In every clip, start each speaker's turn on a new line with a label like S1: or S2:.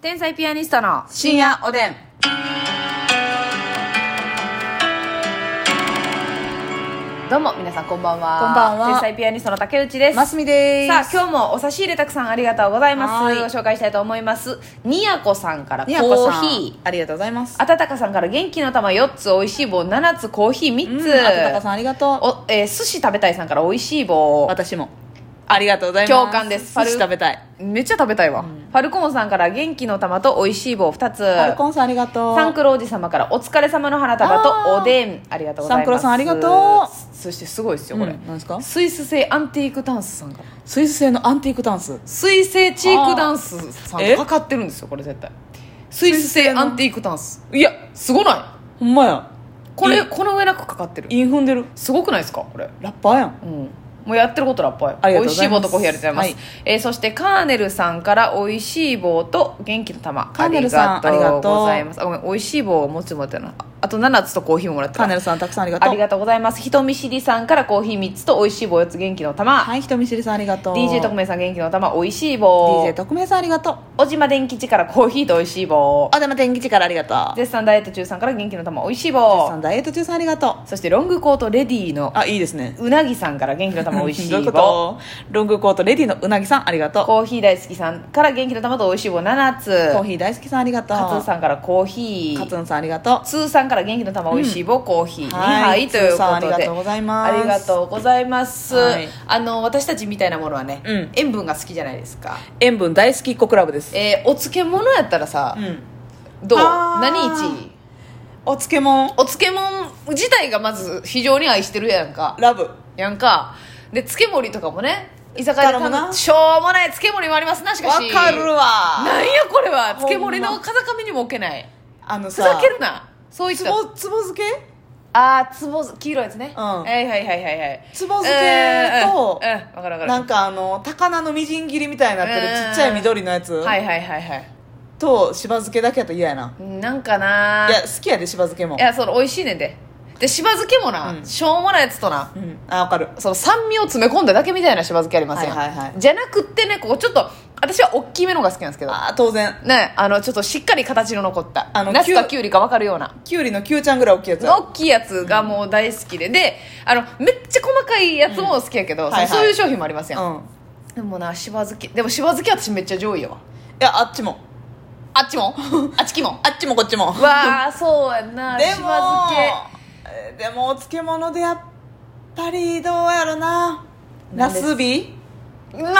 S1: 天才ピアニストの
S2: 深夜おでん
S1: どうも皆さんこんばんは
S2: こんばんは
S1: 天才ピアニストの竹内です
S2: ますみです
S1: さあ今日もお差し入れたくさんありがとうございま
S2: は
S1: す
S2: い
S1: ご紹介したいと思いますにやこさんからコ
S2: にやこさん
S1: ーヒ
S2: ありがとうございます
S1: ーあたたかさんから元気の玉4つおいしい棒7つコーヒー3つ、
S2: うんあたたかさんありがとう
S1: おえー寿司食べたいさんからおいしい棒
S2: 私もありがとうございます
S1: 共感です
S2: 寿司食べたい
S1: めっちゃ食べたいわ、ファルコンさんから元気の玉とおいしい棒2つ
S2: アルコンさんありがとう
S1: サンクロおじ様からお疲れ様の花束とおでんありがとうございます
S2: サンクロさんありがと
S1: うそしてすごいですよこれ、
S2: うん何ですか
S1: スイス製アンティークダンスさんから
S2: スイス製のアンティークタンス
S1: 水製チークダンスさ
S2: あー
S1: ん
S2: え
S1: かかってるんですよこれ絶対スイス製アンティークダンスいやすごない
S2: ほんまや
S1: こ
S2: い
S1: れこの上なくかかってる
S2: イン踏んでる
S1: すごくないですかこれ
S2: ラッパーやん
S1: うんもうやってることラッパーよ
S2: ありがと
S1: 美味
S2: うご
S1: し
S2: ざ
S1: い
S2: いま
S1: 棒
S2: す
S1: とコーヒーありがとうございます、えーそしてカーネルさんから美味しい棒と元気の玉
S2: カーネルさんありがとう
S1: ございますあごめん美味しい棒を持つもらってるなああと7つとコーヒーももらってる
S2: カーネルさんたくさんありがとう
S1: ありがとうございます人見知りさんからコーヒー3つと美味しい棒4つ元気の玉、
S2: はい人見知りさんありがとう
S1: DJ 特命さん元気の玉美味しい棒
S2: DJ 特命さんありがとう
S1: 小島電吉からコーヒーと美味しい棒
S2: おでも天気地からありがとう
S1: 絶賛ダイエット中さんから元気の玉美味しい
S2: さん
S1: 棒
S2: ダイエット中さんありがとう
S1: そしてロングコートレディーの
S2: あいいですね
S1: うなぎさんから元気の玉美味し
S2: どう
S1: いう
S2: こ
S1: 棒
S2: とロングコートレディのうなぎさんありがとう
S1: コーヒー大好きさんから元気の玉と美味しい棒7つ
S2: コーヒー大好きさんありがとう
S1: カツンさんからコーヒ
S2: カツ
S1: ー
S2: ンさんありがとう
S1: ツーさんから元気の玉美味しい棒、コーヒー2杯ということで
S2: さんありがとうございます
S1: ありがとうございます、
S2: はい
S1: あの私たちみたいなものはね、
S2: うん
S1: 塩分が好きじゃないですか、
S2: 塩分大好きっ子クラブです
S1: えーお漬物やったらさ、
S2: ん
S1: どう
S2: あー
S1: 何1位
S2: お漬物
S1: お漬物自体がまず非常に愛してるやんか
S2: ラブ
S1: やんかで漬盛りとかもね居酒屋で
S2: だからも
S1: 頼
S2: な
S1: むしょうもない漬盛りもありますなしか
S2: わ
S1: し
S2: かるわ
S1: なんやこれは
S2: ほんま
S1: 漬盛りの風上にも置けない
S2: あの
S1: ふ
S2: さ
S1: ざけるなそういっ
S2: つ
S1: た
S2: ぼつぼ漬け
S1: あーつぼ黄色いやつね、
S2: うん
S1: はいはいはいはいはい
S2: つぼ漬けと
S1: うんうんうんわかるわか
S2: な
S1: る
S2: んかあの高菜のみじん切りみたいになってる
S1: うんうんうん
S2: ちっちゃい緑のやつ
S1: はいはいはいはい
S2: としば漬けだけやったら嫌やな
S1: なんかない
S2: や好きやでしば漬けも
S1: いやその美味しいねんででしば漬けもな、
S2: うん
S1: しょうもないやつとな
S2: うんあわかる
S1: その酸味を詰め込んだだけみたいなしば漬けありますよ、
S2: はいはいはい
S1: じゃなくってねここちょっと私は大きめのが好きなんですけど
S2: あー当然
S1: ねあのちょっとしっかり形の残った
S2: あの
S1: ナスか
S2: きゅう
S1: きゅうりか分かるような
S2: きゅうりのきゅうちゃんぐらい大きいやつや
S1: 大きいやつがもう大好きで、であのめっちゃ細かいやつも好きやけど、
S2: んはいはい
S1: そうそういう商品もありますやん、
S2: うん
S1: でもなしば漬けでもしば漬け私めっちゃ上位やわ
S2: いやあっちも
S1: あっち もあっちきも
S2: あっちもこっちも
S1: わあそうやんな
S2: で
S1: し
S2: も
S1: ば漬
S2: えーでもお漬物でやっぱりどうやろな
S1: な
S2: ナ
S1: んです
S2: スビ
S1: けまあな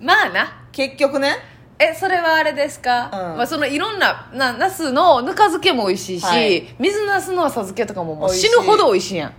S1: まあな
S2: 結局ね
S1: えそれはあれですか、
S2: うん
S1: まあ、そのいろんななナスのぬか漬けも美味しいし、
S2: はい
S1: 水ナスの浅漬けとかももう
S2: 美味し
S1: 死
S2: い
S1: ぬほど美味しいやん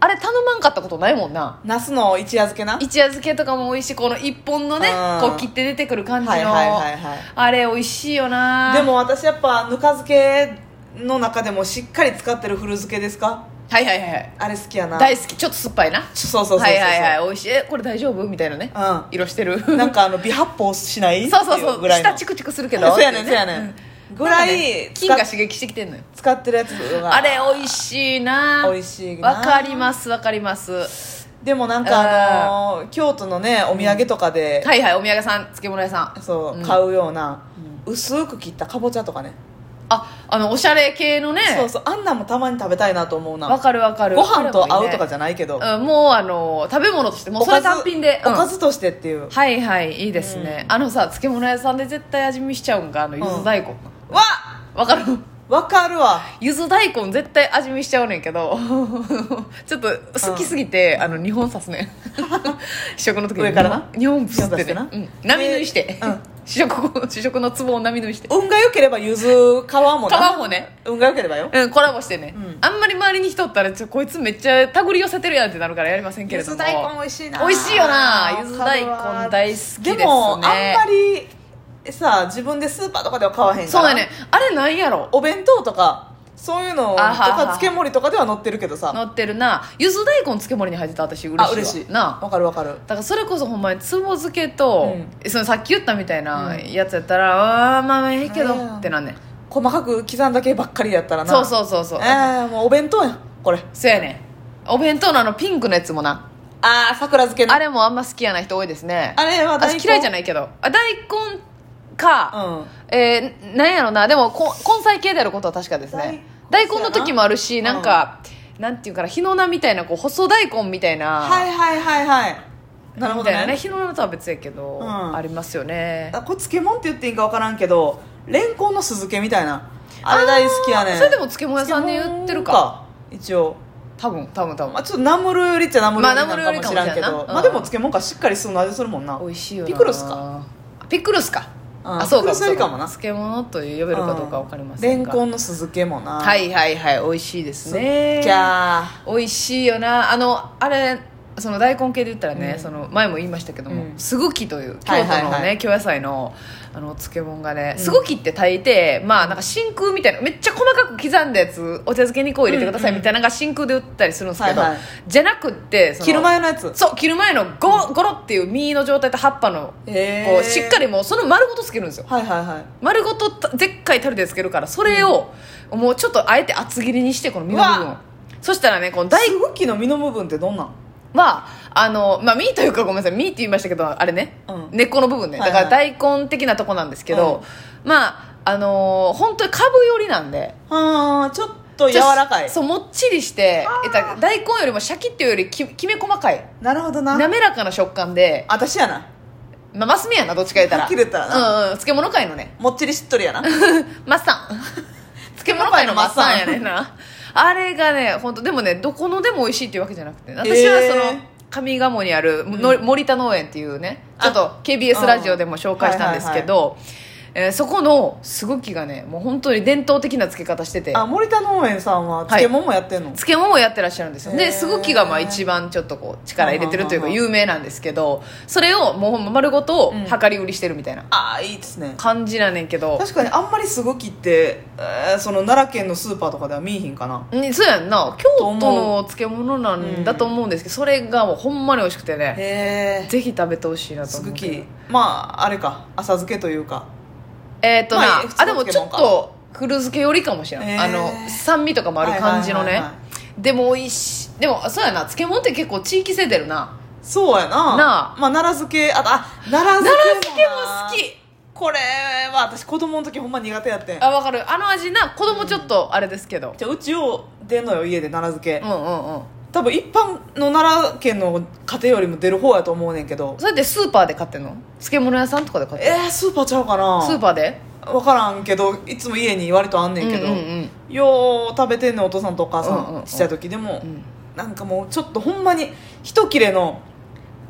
S1: あれ頼まんかったことないもんな
S2: ナスの一夜漬けな
S1: 一夜漬けとかも美味しいこの一本のね
S2: うん
S1: こう切って出てくる感じの、
S2: はいはいはいはい
S1: あれ美味しいよな
S2: でも私やっぱぬか漬けの中でもしっかり使ってる古漬けですか
S1: はいはいはいはい
S2: あれ好きやな
S1: 大好きちょっと酸っぱいな
S2: ちょそうそうそうそう
S1: はいはいはい美味しいえこれ大丈夫みたいなね、
S2: うん
S1: 色してる
S2: なんかあの美発泡しない
S1: そうそう
S2: ってい
S1: そう
S2: ぐらいの
S1: 下チクチクするけど
S2: そうやねんそうやねんぐらい
S1: 金
S2: 使
S1: が
S2: っ
S1: 刺激してきてんのよ
S2: 使ってるやつが
S1: あれ美味しいな
S2: 美味しいな
S1: わかりますわかります
S2: でもなんかあのー京都のねお土産とかで
S1: はいはいお土産さん漬物屋さん
S2: そう、
S1: ん
S2: 買うような、薄く切ったかぼちゃとかね、
S1: ああのおしゃれ系のね
S2: そうそうあんなんもたまに食べたいなと思う
S1: わ
S2: な
S1: かるわかる
S2: ご飯と合うとか
S1: じ
S2: じゃないけど、
S1: ゃ、うん、もうあの食べ物としてもう
S2: お
S1: それ
S2: かず
S1: 単品で、うん
S2: おかずとしてっていう、わ
S1: はいはいいいですね、あのさ漬物屋さんで絶対味見しちゃうんかあのゆず大根わ、かる
S2: わかるわ
S1: ゆず大根絶対味見しちゃうねんけど ちょっと好きすぎて、あの2本刺す ね試食の時に
S2: 上からな
S1: 2本刺してね
S2: 二本
S1: う
S2: 刺
S1: ん、波縫いして、
S2: うん
S1: 試食試食のツボを波縫いして
S2: 運が良ければゆず皮もな
S1: 皮もね
S2: 運が良ければよ
S1: うん、コラボしてね、
S2: ん
S1: あんまり周りに人おったらちょこいつめっちゃ手繰り寄せてるやんってなるからやりませんけ
S2: ゆ
S1: れど
S2: ず
S1: も
S2: 大根美味しいな
S1: 美味しいよなゆず大根
S2: わかるわ
S1: 大好きですね
S2: でもあんまりさ自分でスーパーとかでは買わへんか
S1: そう
S2: ら
S1: だねあれなんやろ
S2: お弁当とかそういうのと
S1: あはは
S2: か漬け盛りとかでは載ってるけどさ
S1: 乗ってるなゆず大根漬け盛りに入ってた私嬉しいわ
S2: あ嬉しい
S1: なあ
S2: わかるわかる
S1: だからそれこそほんまにつぼ漬けと、そのさっき言ったみたいなやつやったら、ああーまあまあええけど
S2: うん
S1: ってなんねん
S2: 細かく刻んだ系ばっかりやったらな
S1: そうそうそうそう、
S2: ええもうお弁当やんこれ
S1: そうやねんお弁当のあのピンクのやつもな
S2: ああ桜漬けね
S1: あ
S2: あれ
S1: れもあんま好きやな人多いですね
S2: は
S1: 私嫌いじゃ
S2: ない
S1: ないけどあ大根か、
S2: うん
S1: えーなんやろなでもこ根菜系であることは確かですね
S2: 大
S1: 大
S2: 根
S1: 根の時もあるし、
S2: うん
S1: なんかなんていうかな日の名みたいなこう細大根みたいな、
S2: はいはいはいはいなるほ
S1: みた
S2: ど
S1: いなね
S2: ね
S1: 日の名とは別やけど、
S2: うん
S1: ありますよね
S2: あこれ漬物って言っていいんか分からんけどレンコンの酢漬けみたいなあれ大好きやねん
S1: それでも漬物屋さんで売ってるか
S2: 一応
S1: 多分多分多分
S2: まあ、ちょっとナムルよりっちゃナムルよりな
S1: まあナムルより
S2: の
S1: か
S2: か
S1: も
S2: も
S1: しれ
S2: し
S1: ん
S2: らんけ
S1: な
S2: ど、まあ
S1: うん
S2: でも漬物がしっかり酢の味するもんな
S1: 美味しいよな
S2: ピクルスか、
S1: あピクルスか、
S2: うん
S1: あそう
S2: ピク
S1: か
S2: ルスよりかもな
S1: そうか漬物と呼べるかどうかわかりませ
S2: レ
S1: ん
S2: ン
S1: が、
S2: コンの酢漬けもな
S1: はいはいはい美味しいですね
S2: じゃあ
S1: 美味しいよなあのあれその大根系で言ったらね、
S2: うん
S1: その前も言いましたけども、
S2: うん
S1: すぐきという京都
S2: はい
S1: のね、
S2: はいはい
S1: 京野菜のあのお漬物がね
S2: うん
S1: すぐきって炊いて、まあなんか真空みたいなめっちゃ細かく刻んだやつお茶漬けにこう入れてください
S2: うんうん
S1: みたいなのが真空で売ってたりするんですけど、
S2: はいはい
S1: じゃなくってその
S2: 切る前のやつ
S1: そう切る前のゴロゴロっていう実の状態と葉っぱの、
S2: へー
S1: こうしっかりもうその丸ごとつけるんですよ
S2: はいはいはい
S1: 丸ごとたでっかいタルでつけるからそれを、もうちょっとあえて厚切りにしてこの身の部
S2: う
S1: 分を
S2: わ
S1: そしたらねこの大
S2: 大根きの身の部分ってどんなん
S1: はあのまあ身というかごめんなさい身って言いましたけどあれね、
S2: うん
S1: 根っこの部分ね
S2: はい
S1: だ
S2: は
S1: か
S2: い
S1: ら大根的なとこなんですけど、まああのー本当に株寄りなんで
S2: あーちょっと柔らかい
S1: そうもっちりしてえっと大根よりもシャキっていうよりききめ細かい
S2: なるほどな
S1: 滑らかな食感で
S2: 私やな
S1: まあ、マスミやなどっちか言ったら
S2: はっきり言ったらな
S1: うんうん、漬物界のね
S2: もっちりしっとりや な
S1: マッ サン漬物界のマッサンやねんなあれがね本当でもねどこのでも美味しいっていうわけじゃなくて私は
S2: えー
S1: その、上賀茂にあるの、森田農園っていうねちょっと KBS ラジオでも紹介したんですけど、えーそこのすごきがねもう本当に伝統的な漬け方してて
S2: あ森田農園さんは漬物もやってんの、
S1: 漬物をやってらっしゃるんですよ
S2: へ
S1: で
S2: ー
S1: すごきがまあ一番ちょっとこう力入れてるというか
S2: ははは
S1: 有名なんですけどそれをもうほんま丸ごと
S2: うん
S1: 量り売りしてるみたいな
S2: ああいいですね
S1: 感じなんねんけど、
S2: 確かにあんまりすごきって、えーその奈良県のスーパーとかでは見えひんかな
S1: ねそうやんな京
S2: と
S1: 都
S2: 思う
S1: の漬物なんだと思うんですけど、それがもうほんまに美味しくてね
S2: へえ
S1: ぜひ食べてほしいなと
S2: す
S1: 思
S2: ぐ
S1: うけど
S2: きまああれか浅漬けというか
S1: えーっ、とな、
S2: まあ
S1: あ
S2: 普通の
S1: でもちょ
S2: 漬
S1: っ
S2: 物か
S1: と古漬けよりかもしれない、
S2: へー
S1: あの酸味とかもある感じのね、
S2: はいはいはいは
S1: でも美味しいでもそうやな漬物って結構地域性出るな
S2: そうやな
S1: なあ
S2: まあ、奈良漬けあとあ奈良漬けもな
S1: 奈良漬けも好き
S2: これは私子供の時ほんま苦手やってん
S1: あわかるあの味な子供ちょっとあれですけど
S2: じゃあうちを出んのよ家で奈良漬
S1: う
S2: け、
S1: んうんうん
S2: 多分一般の奈良県の家庭よりも出る方やと思うねんけど
S1: それってスーパーで買ってんの漬物屋さんとかで買ってん
S2: えー、スーパーちゃうかな
S1: のスーパーで
S2: 分からんけどいつも家に割とあんねんけど、
S1: うんうんうん
S2: よう食べてんねんお父さんとお母さん、
S1: うんうんうん
S2: ちっちゃい時でも、
S1: ん
S2: なんかもうちょっとほんまに一切れの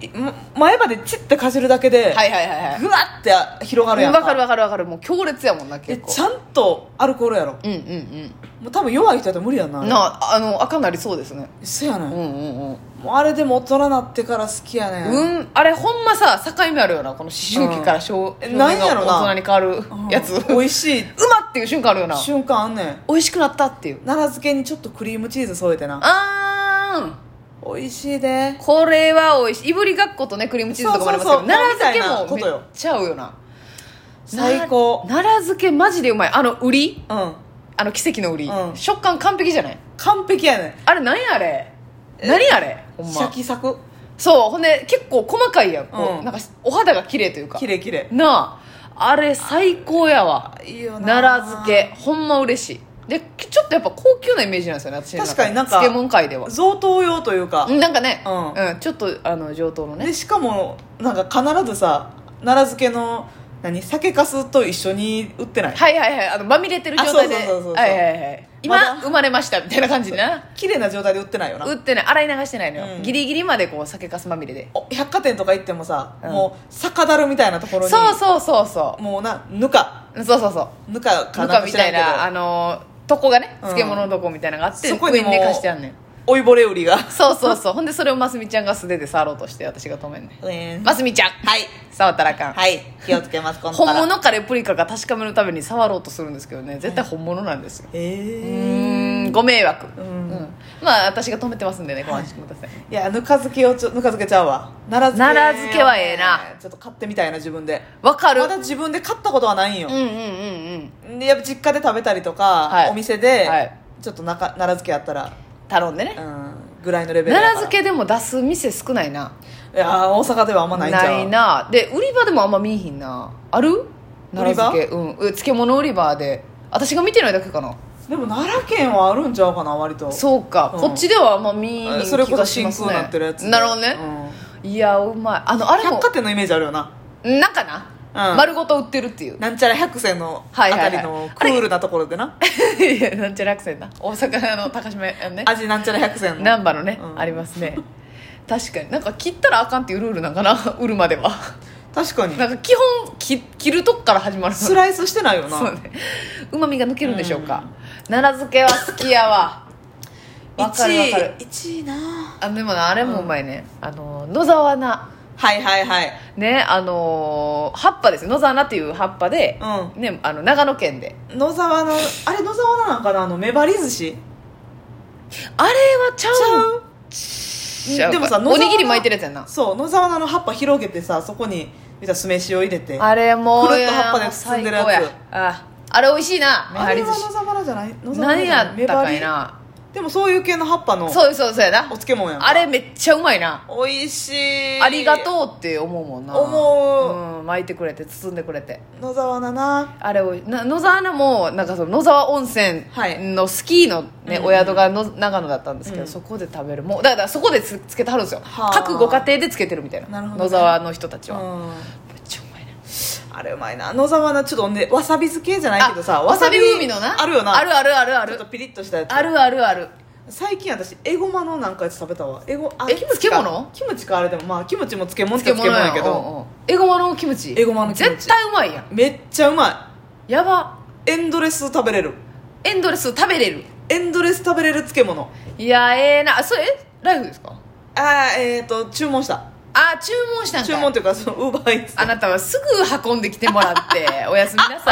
S2: いま前歯でチッてかじるだけで、
S1: はいはいはいはい
S2: ぐわって広がるやん
S1: わかるわかるわかるもう強烈やもんな
S2: え
S1: 結構
S2: ちゃんとアルコールやろ
S1: うんうん
S2: もう多分弱い人やったら無理や
S1: う
S2: なん
S1: なああの赤なりそうですね
S2: そやね
S1: うん
S2: ん、
S1: うん
S2: もうあれでも大人なってから好きやねん
S1: うん、うん、あれほんまさ境目あるよなこの思春期から小,、
S2: うんなんやろな
S1: 大人に変わる
S2: うん
S1: やつ、う
S2: 美味しい
S1: まっていう瞬間あるよ な
S2: 瞬間あんねん
S1: 美味しくなったっていう
S2: 奈良漬けにちょっとクリームチーズ添えてな
S1: あ
S2: 美味しいで
S1: ーこれは美味しいいぶりがっことねクリームチーズとかもありますけど
S2: そうそうそう
S1: 奈良漬
S2: み
S1: け
S2: たいなこと
S1: も
S2: よ
S1: めっちゃ合うよな
S2: 最高
S1: な奈良漬けマジでうまいあの売り
S2: うん
S1: あの奇跡の売り、
S2: うん
S1: 食感完璧じゃない
S2: 完璧やね
S1: あれ何やあれ何あれほん
S2: ん
S1: ま
S2: シャキサク
S1: そうほんで結構細かいやんこう、
S2: うん
S1: なんかお肌が綺麗というか
S2: キレキレ
S1: なああれ最高やわ
S2: いいよな
S1: 奈良漬けほんま嬉しいでちょっとやっぱ高級なイメージなんですよね私の中で
S2: 確かになんか
S1: 漬物界では
S2: 贈答用というか、
S1: なんかね、
S2: う
S1: うんちょっとあの上等のね
S2: でしかもなんか必ずさ奈良漬けの何酒かすと一緒に売ってない
S1: はいはいはいあのまみれてる状態で
S2: あそうそうそうそうそう
S1: はいはいはい今、
S2: まだ
S1: 生まれましたみたいな感じでな
S2: 綺麗な状態で売ってないよな
S1: 打ってない洗い流してないのよ、
S2: うん
S1: ギリギリまでこう酒かすまみれで
S2: お百貨店とか行ってもさ、
S1: うん
S2: もう酒樽みたいなところに
S1: そうそうそうそ
S2: もうなぬか
S1: うそうそうそう
S2: ぬかか
S1: ぬ
S2: な
S1: か
S2: んか
S1: み
S2: 知ら
S1: た
S2: ん
S1: い
S2: けど
S1: なあのとこがね
S2: うん
S1: 漬物のとこみたいなのがあって、
S2: そこ
S1: 上
S2: に
S1: に
S2: もう
S1: 寝かしてあんねん
S2: おいぼれ売 りが
S1: そうそうそうほんでそれをますみちゃんが素手で触ろうとして私が止めんねん
S2: えー
S1: ますみちゃん
S2: はい
S1: 触ったらあかん、
S2: はい気をつけます今度
S1: 本
S2: から
S1: 物かレプリカか確かめるために触ろうとするんですけどね絶対本物なんですよう
S2: ええ
S1: ーんご迷惑う
S2: う
S1: んんまあ私が止めてますんでねご安心ください、
S2: いやぬか漬けをちょぬか漬けちゃうわ奈良漬
S1: 奈良漬
S2: け
S1: けはええな
S2: ちょっと買ってみたいな自分で
S1: わかる、
S2: まだ自分で買ったことはないんよ
S1: うん、うんうんうん
S2: でやっぱ実家で食べたりとか、
S1: はい
S2: お店で、
S1: はい
S2: ちょっとなか奈良漬けやったら、
S1: 頼んでね
S2: うん、ぐらいのレベル
S1: 奈良
S2: や
S1: 漬
S2: か
S1: け
S2: ら
S1: でも出す店少ないない
S2: やー大阪ではあんまないんちゃう
S1: なで売り場でもあんま見えひんなある奈良漬けうんう漬物売り場で私が見てないだけかな
S2: でも奈良県はあるんちゃうかな割と
S1: そうか、
S2: うん
S1: こっちではあんま見に行
S2: あ
S1: く
S2: それこ
S1: 気
S2: そ
S1: がし
S2: 真
S1: ます
S2: 空
S1: ね
S2: になってるやつ
S1: なるほどね、いやうまいあのあ
S2: うん
S1: れも
S2: 百貨店のイメージあるよな
S1: なんかな、
S2: うん
S1: 丸ごと売ってるっていう
S2: なんちゃら百選のあ
S1: はいはいは
S2: た
S1: い
S2: りのクールなところでな、
S1: いやなんちゃらアクセンな大阪の高島屋ね
S2: 味なんちゃら百選の
S1: 難波のね、
S2: うん
S1: ありますね確かになんか切ったらあかんっていうルールなんかな売るまでは
S2: 確かに
S1: なんか基本き切るとこから始まる
S2: スライスしてないよな
S1: そうねうまみが抜けるんでしょうか、奈良漬けは好きやわわかるわかる
S2: 1位1位な
S1: あでもなあれもうまいね、あの野沢菜
S2: はいはいはい
S1: ねあのー葉っぱですよ野沢菜っていう葉っぱで、
S2: う
S1: ね、あの長野県で
S2: ん野沢のあれ野沢菜なんかなあの目張り寿司
S1: あれはちゃ
S2: ちゃ
S1: う
S2: う
S1: ちゃう
S2: でもさ
S1: おにぎり
S2: 野沢菜
S1: 巻いてるやつやんな
S2: そう野沢菜の葉っぱ広げてさそこに見たら酢飯を入れて
S1: あれもう
S2: くるっと葉っぱで包んでるやつ
S1: いやもう最高やああれ美味しいなめ
S2: あ
S1: は
S2: れ
S1: り寿
S2: は
S1: 司
S2: 野沢菜じゃない野沢菜
S1: 何
S2: じゃ
S1: や
S2: な
S1: った
S2: い
S1: かい
S2: 目張
S1: な
S2: りでもそういう系の葉っぱのお
S1: そうそうそうやな
S2: 漬物やん
S1: あれめっちゃうまいな
S2: おいしい
S1: ありがとうって思うもんな
S2: 思
S1: うん、巻いてくれて包んでくれて
S2: 野沢菜な
S1: あれをな野沢菜もなんかその野沢温泉
S2: はい
S1: のスキーの、ね
S2: うん
S1: お宿がの長野だったんですけど、
S2: うん
S1: そこで食べるもうだからそこでつつけてはるんですよ
S2: はあ
S1: 各ご家庭でつけてるみたいな
S2: なるほどね
S1: 野沢の人たち
S2: う
S1: は、
S2: ん
S1: めっちゃうまいね
S2: あれうまいな野沢菜ちょっとほんでわさび漬けじゃないけどさ
S1: わさび風味のな
S2: あるよな
S1: あるあるあるあ
S2: ちょ
S1: る
S2: っとピリッとしたやつ
S1: あるあるある
S2: 最近私エゴマのなんかやつ食べたわエゴあ
S1: え
S2: か
S1: 漬物
S2: キムチかあれでもまあキムチも漬物っ
S1: 漬
S2: て
S1: 物
S2: 漬物や
S1: や
S2: け
S1: け
S2: ど
S1: どエゴマのキムチ
S2: エゴマのキムチ
S1: 絶対うまいやん
S2: めっちゃうま
S1: やば
S2: いエンドレス食べれる
S1: エンドレス食べれる
S2: エンドレス食べれる漬物
S1: いやええなあそれえライフですか
S2: あーえっ、ー、と注文した
S1: あ注文したんかい
S2: 注文というかそのウーバーイーツ
S1: あなたはすぐ運んできてもらっておやすみなさい